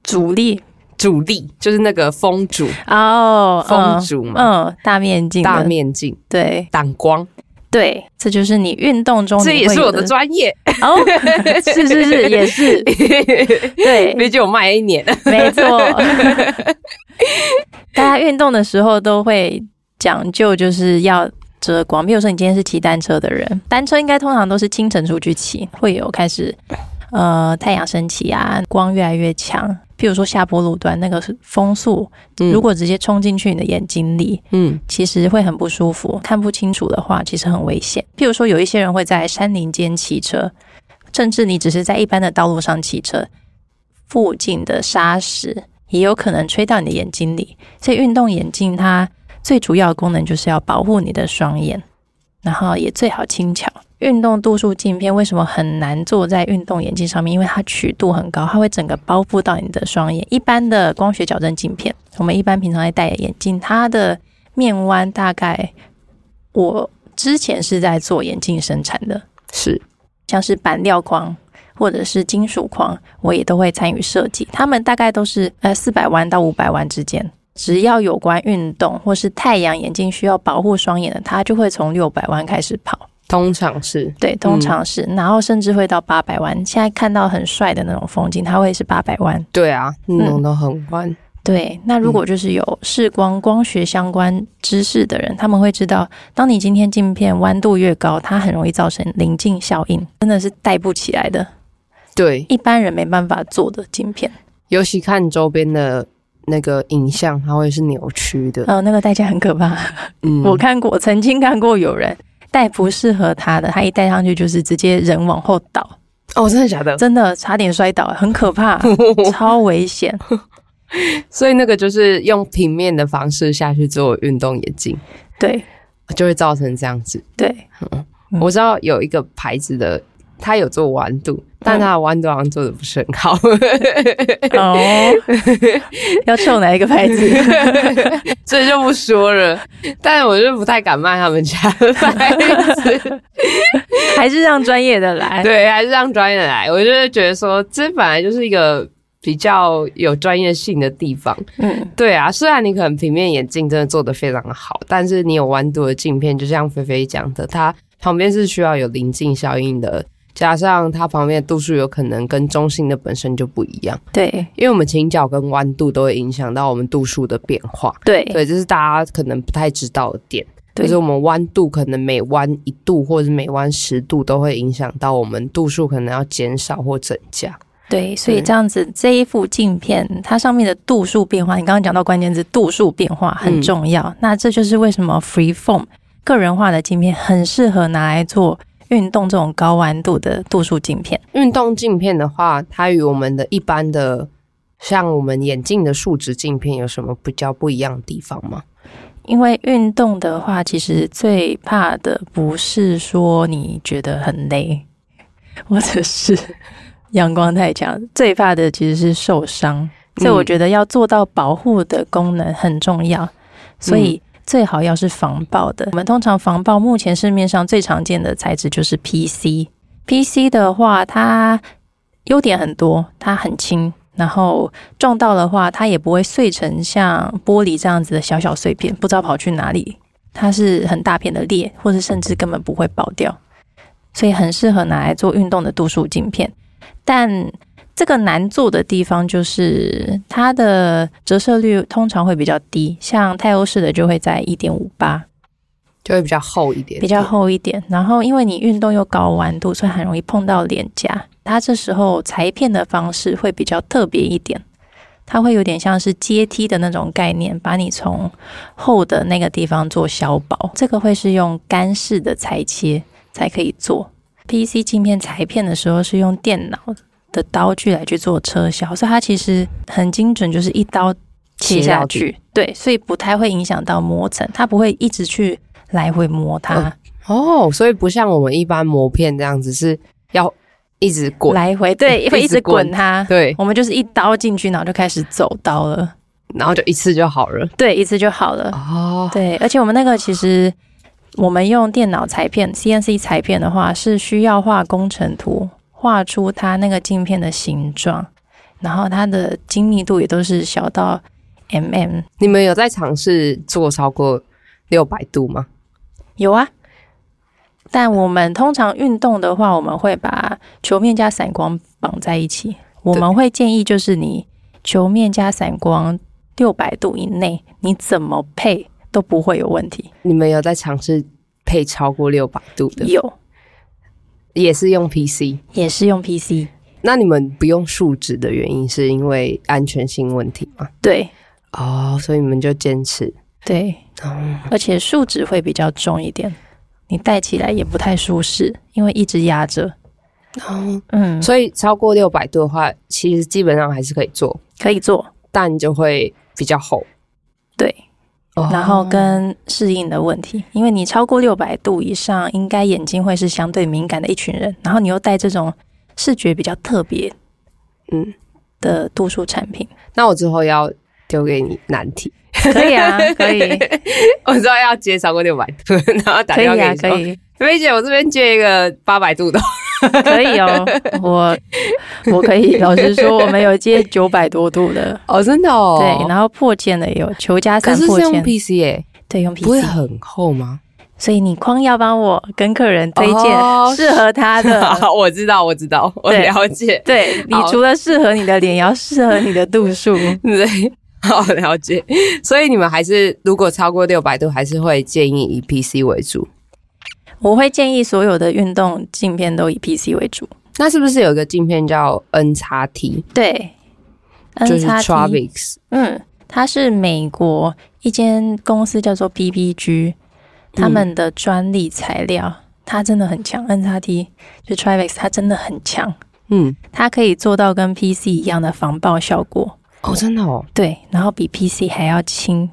[SPEAKER 2] 阻力
[SPEAKER 1] 阻力就是那个风阻、
[SPEAKER 2] 哦，
[SPEAKER 1] 风阻嘛，
[SPEAKER 2] 嗯，嗯，大面镜的，
[SPEAKER 1] 大面镜
[SPEAKER 2] 对
[SPEAKER 1] 挡光。
[SPEAKER 2] 对，这就是你运动中
[SPEAKER 1] 这
[SPEAKER 2] 你
[SPEAKER 1] 也
[SPEAKER 2] 会
[SPEAKER 1] 是
[SPEAKER 2] 有
[SPEAKER 1] 我哦的专业，
[SPEAKER 2] 哦， [LAUGHS] 是是是，
[SPEAKER 1] [LAUGHS]
[SPEAKER 2] 也是对，
[SPEAKER 1] 毕竟我卖了一年。
[SPEAKER 2] 没错， [LAUGHS] 大家运动的时候都会讲究，就是要遮光。比如说，你今天是骑单车的人，单车应该通常都是清晨出去骑，会有开始呃太阳升起啊，光越来越强。譬如说下坡路段那个是风速，如果直接冲进去你的眼睛里，
[SPEAKER 1] [LAUGHS] 嗯
[SPEAKER 2] 其实会很不舒服，看不清楚的话，其实很危险。譬如说，有一些人会在山林间骑车，甚至你只是在一般的道路上骑车，附近的沙石也有可能吹到你的眼睛里。所以，运动眼镜它最主要的功能就是要保护你的双眼，然后也最好轻巧。运动度数镜片为什么很难做在运动眼镜上面？因为它曲度很高，它会整个包覆到你的双眼。一般的光学矫正镜片，我们一般平常在戴的眼镜，它的面弯大概我之前是在做眼镜生产的，
[SPEAKER 1] 是
[SPEAKER 2] 像是板料框或者是金属框，我也都会参与设计。他们大概都是呃四百万到五百万之间。只要有关运动或是太阳眼镜需要保护双眼的，它就会从六百万开始跑。
[SPEAKER 1] 通常是
[SPEAKER 2] 对，通常是，然后甚至会到八百万。现在看到很帅的那种风景，它会是八百万。
[SPEAKER 1] 对啊，那种都很宽。
[SPEAKER 2] 对，那如
[SPEAKER 1] 嗯
[SPEAKER 2] 果就是有视光光学相关知识的人，他们会知道，当你今天镜片弯度越高，它很容易造成临近效应，真的是戴不起来的，
[SPEAKER 1] 对，
[SPEAKER 2] 一般人没办法做的镜片。
[SPEAKER 1] 尤其看周边的那个影像，它会是扭曲的。
[SPEAKER 2] 呃，那个代价很可怕。
[SPEAKER 1] 嗯，
[SPEAKER 2] 我看过，我曾经看过有人戴不适合他的，他一戴上去就是直接人往后倒。
[SPEAKER 1] 哦，真的假的？
[SPEAKER 2] 真的差点摔倒，很
[SPEAKER 1] [LAUGHS]
[SPEAKER 2] 可怕，超危险。
[SPEAKER 1] 所以那个就是用平面的方式下去做运动眼镜，
[SPEAKER 2] 对
[SPEAKER 1] 就会造成这样子。 [LAUGHS]
[SPEAKER 2] 对，嗯
[SPEAKER 1] 我知道有一个牌子的，它有做弯度，但它的弯度好像做的不是很好。 [LAUGHS]
[SPEAKER 2] 哦， [LAUGHS] 要臭哪一个牌子？
[SPEAKER 1] [LAUGHS] 所以就不说了。但我就不太敢卖他们家的牌子，
[SPEAKER 2] 还是让专业的来？
[SPEAKER 1] 对，还是让专业的来。我就是觉得说，这本来就是一个比较有专业性的地方。
[SPEAKER 2] 嗯，
[SPEAKER 1] 对啊，虽然你可能平面眼镜真的做的非常好，但是你有弯度的镜片，就像菲菲讲的，它旁边是需要有临近效应的。加上它旁边的度数有可能跟中性的本身就不一样，
[SPEAKER 2] 对
[SPEAKER 1] 因为我们倾角跟弯度都会影响到我们度数的变化。
[SPEAKER 2] 对
[SPEAKER 1] 对，这是大家可能不太知道的点，
[SPEAKER 2] 哎对
[SPEAKER 1] 就是我们弯度可能每弯一度或者每弯十度都会影响到我们度数可能要减少或增加。
[SPEAKER 2] 对，所以这样子，这一副镜片它上面的度数变化，你刚刚讲到关键字度数变化很重要。那这就是为什么 Freeform 个人化的镜片很适合拿来做运动这种高弯度的度数镜片。
[SPEAKER 1] 运动镜片的话，它与我们的一般的像我们眼镜的数值镜片有什么比较不一样的地方吗？
[SPEAKER 2] 因为运动的话，其实最怕的不是说你觉得很累， [LAUGHS] 或者是阳光太强，最怕的其实是受伤。所以我觉得要做到保护的功能很重要，所以最好要是防爆的。我们通常防爆，目前市面上最常见的材质就是 PC。PC 的话，它优点很多，它很轻，然后撞到的话，它也不会碎成像玻璃这样子的小小碎片，不知道跑去哪里。它是很大片的裂，或者甚至根本不会爆掉，所以很适合拿来做运动的度数镜片。但这个难做的地方就是它的折射率通常会比较低，像泰欧式的就会在一点五八，
[SPEAKER 1] 就会比较厚一点，
[SPEAKER 2] 比较。厚一点。然后因为你运动又高弯度，所以很容易碰到脸颊。它这时候裁片的方式会比较特别一点，它会有点像是阶梯的那种概念，把你从厚的那个地方做削薄。这个会是用干式的裁切才可以做。PC 镜片裁片的时候是用电脑的刀具来去做车削，所以它其实很精准，就是一刀
[SPEAKER 1] 切
[SPEAKER 2] 切
[SPEAKER 1] 到
[SPEAKER 2] 下去。对，所以不太会影响到磨层，它不会一直去来回磨它。
[SPEAKER 1] 嗯哦，所以不像我们一般磨片这样子是要一直滚，
[SPEAKER 2] 来回，对，会一直滚它。
[SPEAKER 1] 对，
[SPEAKER 2] 我们就是一刀进去，然后就开始走刀了，
[SPEAKER 1] 然后就一次就好了。
[SPEAKER 2] 对，一次就好了。
[SPEAKER 1] 哦，
[SPEAKER 2] 对，而且我们那个其实我们用电脑裁片 CNC 裁片的话，是需要画工程图，画出它那个镜片的形状，然后它的精密度也都是小到 mm。
[SPEAKER 1] 你们有在尝试做超过六百度吗？
[SPEAKER 2] 有啊，但我们通常运动的话，我们会把球面加散光绑在一起。我们会建议就是你球面加散光六百度以内，你怎么配都不会有问题。
[SPEAKER 1] 你们有在尝试配超过六百度的，
[SPEAKER 2] 有
[SPEAKER 1] 也是用 PC。
[SPEAKER 2] 也是用 PC，
[SPEAKER 1] 那你们不用数值的原因是因为安全性问题吗？
[SPEAKER 2] 对
[SPEAKER 1] 哦，所以你们就坚持。
[SPEAKER 2] 对，
[SPEAKER 1] 哦，
[SPEAKER 2] 而且树脂会比较重一点，你戴起来也不太舒适，因为一直压着。
[SPEAKER 1] 哦
[SPEAKER 2] 嗯，
[SPEAKER 1] 所以超过六百度的话，其实基本上还是可以做，
[SPEAKER 2] 可以做，
[SPEAKER 1] 但就会比较厚。
[SPEAKER 2] 对，
[SPEAKER 1] 哦
[SPEAKER 2] 然后跟适应的问题，因为你超过六百度以上，应该眼睛会是相对敏感的一群人，然后你又带这种视觉比较特别
[SPEAKER 1] 嗯，
[SPEAKER 2] 的度数产
[SPEAKER 1] [LAUGHS]
[SPEAKER 2] 品，
[SPEAKER 1] 那我之后要丢给你难题， [LAUGHS]
[SPEAKER 2] 可以啊，可以，
[SPEAKER 1] 我知道要接超过六百度， [LAUGHS] 然后打
[SPEAKER 2] 可
[SPEAKER 1] 电话
[SPEAKER 2] 以
[SPEAKER 1] 给
[SPEAKER 2] 啊，
[SPEAKER 1] 你说
[SPEAKER 2] 可以，
[SPEAKER 1] 菲菲姐，我这边借一个八百度的，
[SPEAKER 2] 可以哦，我我可以，老实说，我们有接九百多度的，
[SPEAKER 1] 哦，真的哦
[SPEAKER 2] 对，然后破茧的也有，球加
[SPEAKER 1] 可
[SPEAKER 2] 伞
[SPEAKER 1] 是
[SPEAKER 2] 破
[SPEAKER 1] 是用
[SPEAKER 2] 茧，
[SPEAKER 1] PC 哎，
[SPEAKER 2] 对，用 PC，
[SPEAKER 1] 不会很厚吗？
[SPEAKER 2] 所以你框要帮我跟客人推荐
[SPEAKER 1] 哦
[SPEAKER 2] 适合他的。
[SPEAKER 1] [LAUGHS] 好，我知道，我知道，我
[SPEAKER 2] 对
[SPEAKER 1] 了解，
[SPEAKER 2] [LAUGHS] 对你
[SPEAKER 1] 好
[SPEAKER 2] 除了适合你的脸，也要适合你的度数。
[SPEAKER 1] 对， [LAUGHS] 好了解。所以你们还是如果超过六百度，还是会建议以 PC 为主。
[SPEAKER 2] [LAUGHS] 我会建议所有的运动镜片都以 PC 为主。
[SPEAKER 1] 那是不是有一个镜片叫 N 叉 T，
[SPEAKER 2] 对
[SPEAKER 1] 就是
[SPEAKER 2] ，N 叉 T，
[SPEAKER 1] Travis？
[SPEAKER 2] 嗯，它是美国一间公司叫做 BBG，他们的专利材料，它真的很强。N 叉 T 就 Travis，它真的很强，
[SPEAKER 1] 嗯，
[SPEAKER 2] 它可以做到跟 PC 一样的防爆效果，
[SPEAKER 1] 哦，真的哦，
[SPEAKER 2] 对，然后比 PC 还要轻，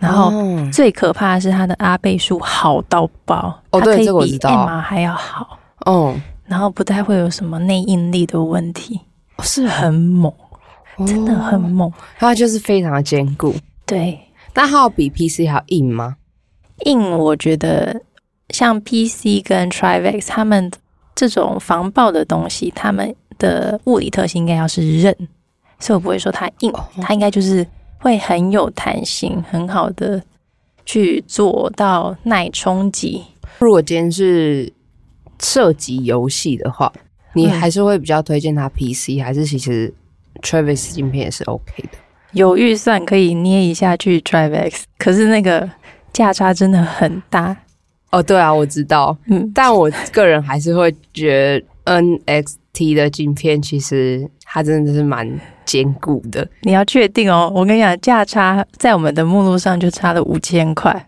[SPEAKER 2] 然后
[SPEAKER 1] 哦
[SPEAKER 2] 最可怕的是它的阿倍数好到爆，
[SPEAKER 1] 哦
[SPEAKER 2] 它可
[SPEAKER 1] 对
[SPEAKER 2] 以
[SPEAKER 1] 这个我
[SPEAKER 2] 比
[SPEAKER 1] 知道
[SPEAKER 2] M 还要好，
[SPEAKER 1] 哦，
[SPEAKER 2] 然后不太会有什么内应力的问题，
[SPEAKER 1] 是啊
[SPEAKER 2] 很猛，真的很
[SPEAKER 1] 哦
[SPEAKER 2] 猛。
[SPEAKER 1] 它就是非常的坚固。
[SPEAKER 2] 对，
[SPEAKER 1] 那它有比 PC 还要硬吗？
[SPEAKER 2] 硬我觉得像 PC 跟 Trivex 他们这种防爆的东西，他们的物理特性应该要是韧，所以我不会说它硬，
[SPEAKER 1] 哦
[SPEAKER 2] 它应该就是会很有弹性，很好的去做到耐冲击。
[SPEAKER 1] 如果今天是涉及游戏的话，你
[SPEAKER 2] 嗯
[SPEAKER 1] 还是会比较推荐它 PC，、还是其实 Travis 镜片也是 OK 的？
[SPEAKER 2] 有预算可以捏一下去 DriveX，可是那个价差真的很大。
[SPEAKER 1] 哦，对啊，我知道，
[SPEAKER 2] 嗯，
[SPEAKER 1] 但我个人还是会觉得 NXT 的镜片其实它真的是蛮坚固的。
[SPEAKER 2] 你要确定哦。我跟你讲，价差在我们的目录上就差了五千块，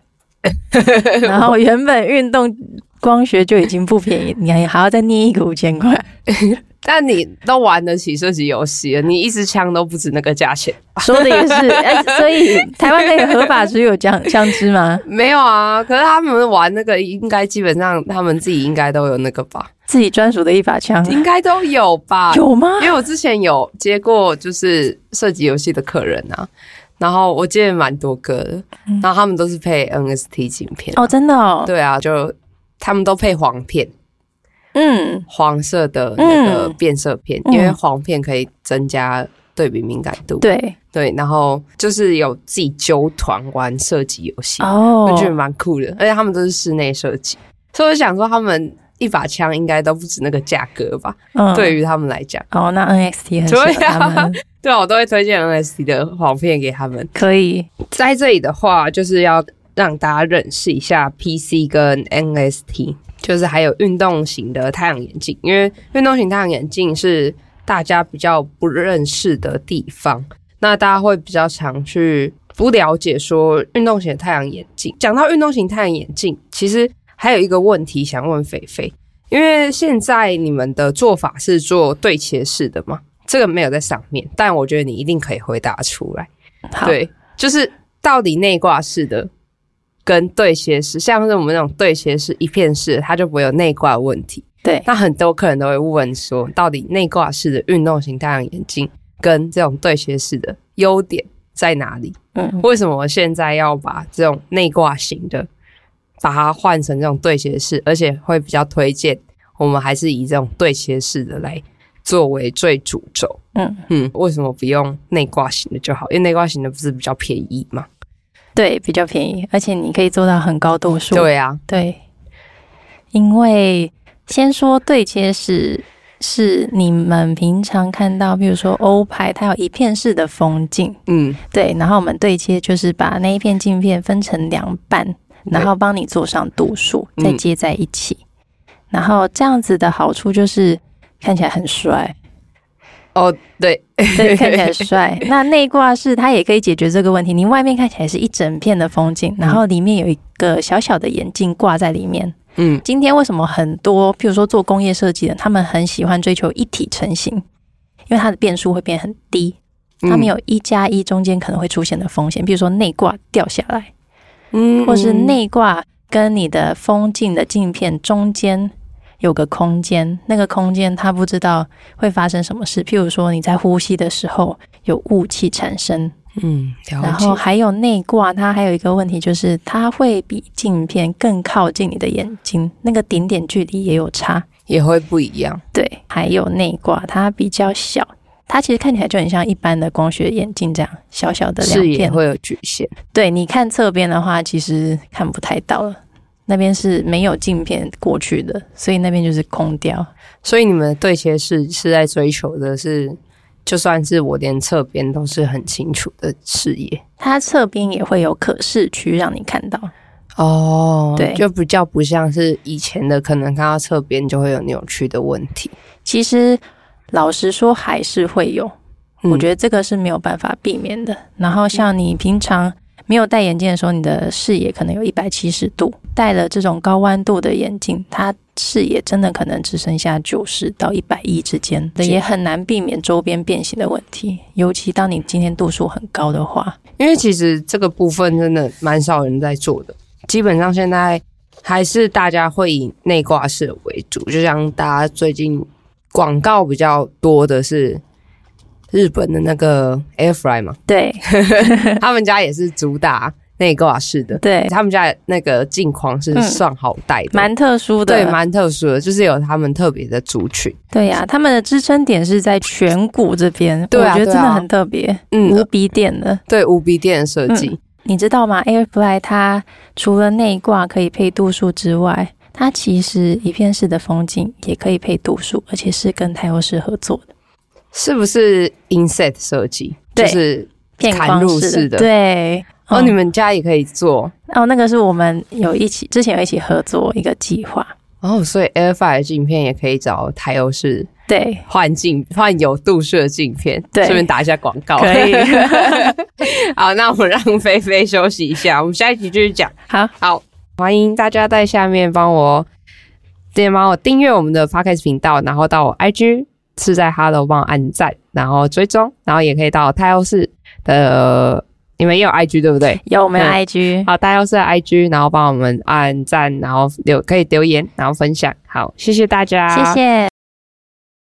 [SPEAKER 2] 然后原本运动光学就已经不便宜，你还还要再捏一个五千块，
[SPEAKER 1] 但你都玩得起射击游戏了，你一支枪都不止那个价钱。
[SPEAKER 2] 说的也是。哎，所以台湾可以合法持有枪枪支吗？
[SPEAKER 1] 没有啊，可是他们玩那个应该基本上他们自己应该都有那个吧，
[SPEAKER 2] 自己专属的一把枪
[SPEAKER 1] 应该都有啊吧？
[SPEAKER 2] 有吗？
[SPEAKER 1] 因为我之前有接过就是涉及游戏的客人啊，然后我接了蛮多个的，然后他们都是配 NST 镜片、
[SPEAKER 2] 哦，真的哦，
[SPEAKER 1] 对啊，就他们都配黄片，
[SPEAKER 2] 嗯，
[SPEAKER 1] 黄色的那个变色片，
[SPEAKER 2] 嗯
[SPEAKER 1] 因为黄片可以增加对比敏感度。
[SPEAKER 2] 对，
[SPEAKER 1] 对然后就是有自己揪团玩射击游戏，
[SPEAKER 2] 哦
[SPEAKER 1] 我觉得蛮酷的，而且他们都是室内设计，所以我想说他们。一把枪应该都不止那个价格吧？
[SPEAKER 2] 嗯
[SPEAKER 1] 对于他们来讲，
[SPEAKER 2] 哦，那 NXT 很适合
[SPEAKER 1] 对啊
[SPEAKER 2] 他们，
[SPEAKER 1] 对啊，我都会推荐 NST 的黄片给他们。
[SPEAKER 2] [LAUGHS] 可以。
[SPEAKER 1] 在这里的话，就是要让大家认识一下 PC 跟 NST，就是还有运动型的太阳眼镜，因为运动型太阳眼镜是大家比较不认识的地方，那大家会比较常去不了解说运动型的太阳眼镜。讲到运动型太阳眼镜，其实还有一个问题想问菲菲，因为现在你们的做法是做对切式的吗？这个没有在上面，但我觉得你一定可以回答出来。
[SPEAKER 2] 好，
[SPEAKER 1] 对，就是到底内挂式的跟对切式，像是我们那种对切式一片式，它就不会有内挂问题。
[SPEAKER 2] 对，
[SPEAKER 1] 那很多客人都会问说，到底内挂式的运动型太阳眼镜跟这种对切式的优点在哪里？
[SPEAKER 2] 嗯，
[SPEAKER 1] 为什么我现在要把这种内挂型的把它换成这种对切式，而且会比较推荐我们还是以这种对切式的来作为最主轴。
[SPEAKER 2] 嗯
[SPEAKER 1] 嗯，为什么不用内挂型的就好？因为内挂型的不是比较便宜嘛？
[SPEAKER 2] 对，比较便宜，而且你可以做到很高度数。
[SPEAKER 1] 对啊，
[SPEAKER 2] 对因为先说对切式，是你们平常看到，比如说欧牌，它有一片式的风镜，
[SPEAKER 1] 嗯，
[SPEAKER 2] 对，然后我们对切就是把那一片镜片分成两半，然后帮你做上度数，
[SPEAKER 1] 嗯
[SPEAKER 2] 再接在一起。然后这样子的好处就是看起来很
[SPEAKER 1] [LAUGHS]
[SPEAKER 2] 帅，
[SPEAKER 1] 哦，对，
[SPEAKER 2] 对，看起来
[SPEAKER 1] [LAUGHS]
[SPEAKER 2] 很帅。那内挂式它也可以解决这个问题，你外面看起来是一整片的风景，然后里面有一个小小的眼镜挂在里面。
[SPEAKER 1] 嗯，
[SPEAKER 2] 今天为什么很多，譬如说做工业设计的，他们很喜欢追求一体成型，因为它的变数会变很低，
[SPEAKER 1] 嗯
[SPEAKER 2] 他们有一加一中间可能会出现的风险，比如说内挂掉下来，
[SPEAKER 1] 嗯
[SPEAKER 2] 或是内挂跟你的风镜的镜片中间有个空间，那个空间它不知道会发生什么事。譬如说你在呼吸的时候有雾气产生，
[SPEAKER 1] 嗯，了
[SPEAKER 2] 然
[SPEAKER 1] 解
[SPEAKER 2] 后，还有内挂，它还有一个问题就是它会比镜片更靠近你的眼睛，那个顶点距离也有差。
[SPEAKER 1] 也会不一样。
[SPEAKER 2] 对，还有内挂，它比较小。它其实看起来就很像一般的光学眼镜这样小小的两
[SPEAKER 1] 视野
[SPEAKER 2] 片，
[SPEAKER 1] 会有局限，
[SPEAKER 2] 对，你看侧边的话，其实看不太到了，那边是没有镜片过去的，所以那边就是空掉。
[SPEAKER 1] 所以你们对切是是在追求的是，就算是我连侧边都是很清楚的视野
[SPEAKER 2] 它侧边也会有可视区让你看到，
[SPEAKER 1] 哦
[SPEAKER 2] 对
[SPEAKER 1] 就比较不像是以前的，可能看到侧边就会有扭曲的问题。
[SPEAKER 2] 其实老实说还是会有，我觉
[SPEAKER 1] 得
[SPEAKER 2] 得这个是没有办法避免的。然后像你平常没有戴眼镜的时候，你的视野可能有一百七十度，戴了这种高弯度的眼镜，它视野真的可能只剩下九十到一百一之间，
[SPEAKER 1] 是
[SPEAKER 2] 也很难避免周边变形的问题。尤其当你今天度数很高的话，
[SPEAKER 1] 因为其实这个部分真的蛮少人在做的，基本上现在还是大家会以内挂式为主，就像大家最近广告比较多的是日本的那个 Airfry 嘛，
[SPEAKER 2] [LAUGHS] 对
[SPEAKER 1] [LAUGHS] 他们家也是主打内挂式的，
[SPEAKER 2] 对，嗯
[SPEAKER 1] 他们家那个镜框是算好戴的，
[SPEAKER 2] 蛮特殊的，
[SPEAKER 1] 对，蛮特殊的，就是有他们特别的族群，
[SPEAKER 2] 对呀、他们的支撑点是在颧骨这边，
[SPEAKER 1] 对啊
[SPEAKER 2] 我觉得真
[SPEAKER 1] 对
[SPEAKER 2] 的
[SPEAKER 1] 啊
[SPEAKER 2] 很特别，无
[SPEAKER 1] 嗯，
[SPEAKER 2] 鼻点的。
[SPEAKER 1] 对，无鼻垫的设计，
[SPEAKER 2] 你知道吗？Airfly 它除了内挂可以配度数之外，它其实一片式的风景也可以配度数，而且是跟台欧式合作的
[SPEAKER 1] 是不是 inset 设计？就
[SPEAKER 2] 对
[SPEAKER 1] 是
[SPEAKER 2] 片
[SPEAKER 1] 砍
[SPEAKER 2] 框
[SPEAKER 1] 入式
[SPEAKER 2] 式
[SPEAKER 1] 的
[SPEAKER 2] 对，
[SPEAKER 1] 哦，
[SPEAKER 2] 嗯
[SPEAKER 1] 你们家也可以做
[SPEAKER 2] 哦，那个是我们有一起之前有一起合作一个计划，
[SPEAKER 1] 哦，所以 AirFi 的镜片也可以找台优视
[SPEAKER 2] 对，
[SPEAKER 1] 换 [LAUGHS] 镜换有度数的镜片，
[SPEAKER 2] 对
[SPEAKER 1] 顺便打一下广告。
[SPEAKER 2] 可以
[SPEAKER 1] [LAUGHS] 好，那我们让菲菲休息一下，我们下一集继续讲。
[SPEAKER 2] 好，
[SPEAKER 1] 好，欢迎大家在下面帮我，对，帮我订阅我们的 Podcast 频道，然后到我 IG 是在 Hello 帮我按赞，然后追踪，然后也可以到太后市的，你们也有 IG 对不对？
[SPEAKER 2] 有我们的
[SPEAKER 1] 嗯
[SPEAKER 2] IG，
[SPEAKER 1] 好，太后市的 IG，然后帮我们按赞，然后留可以留言，然后分享。好，谢谢大家，
[SPEAKER 2] 谢谢。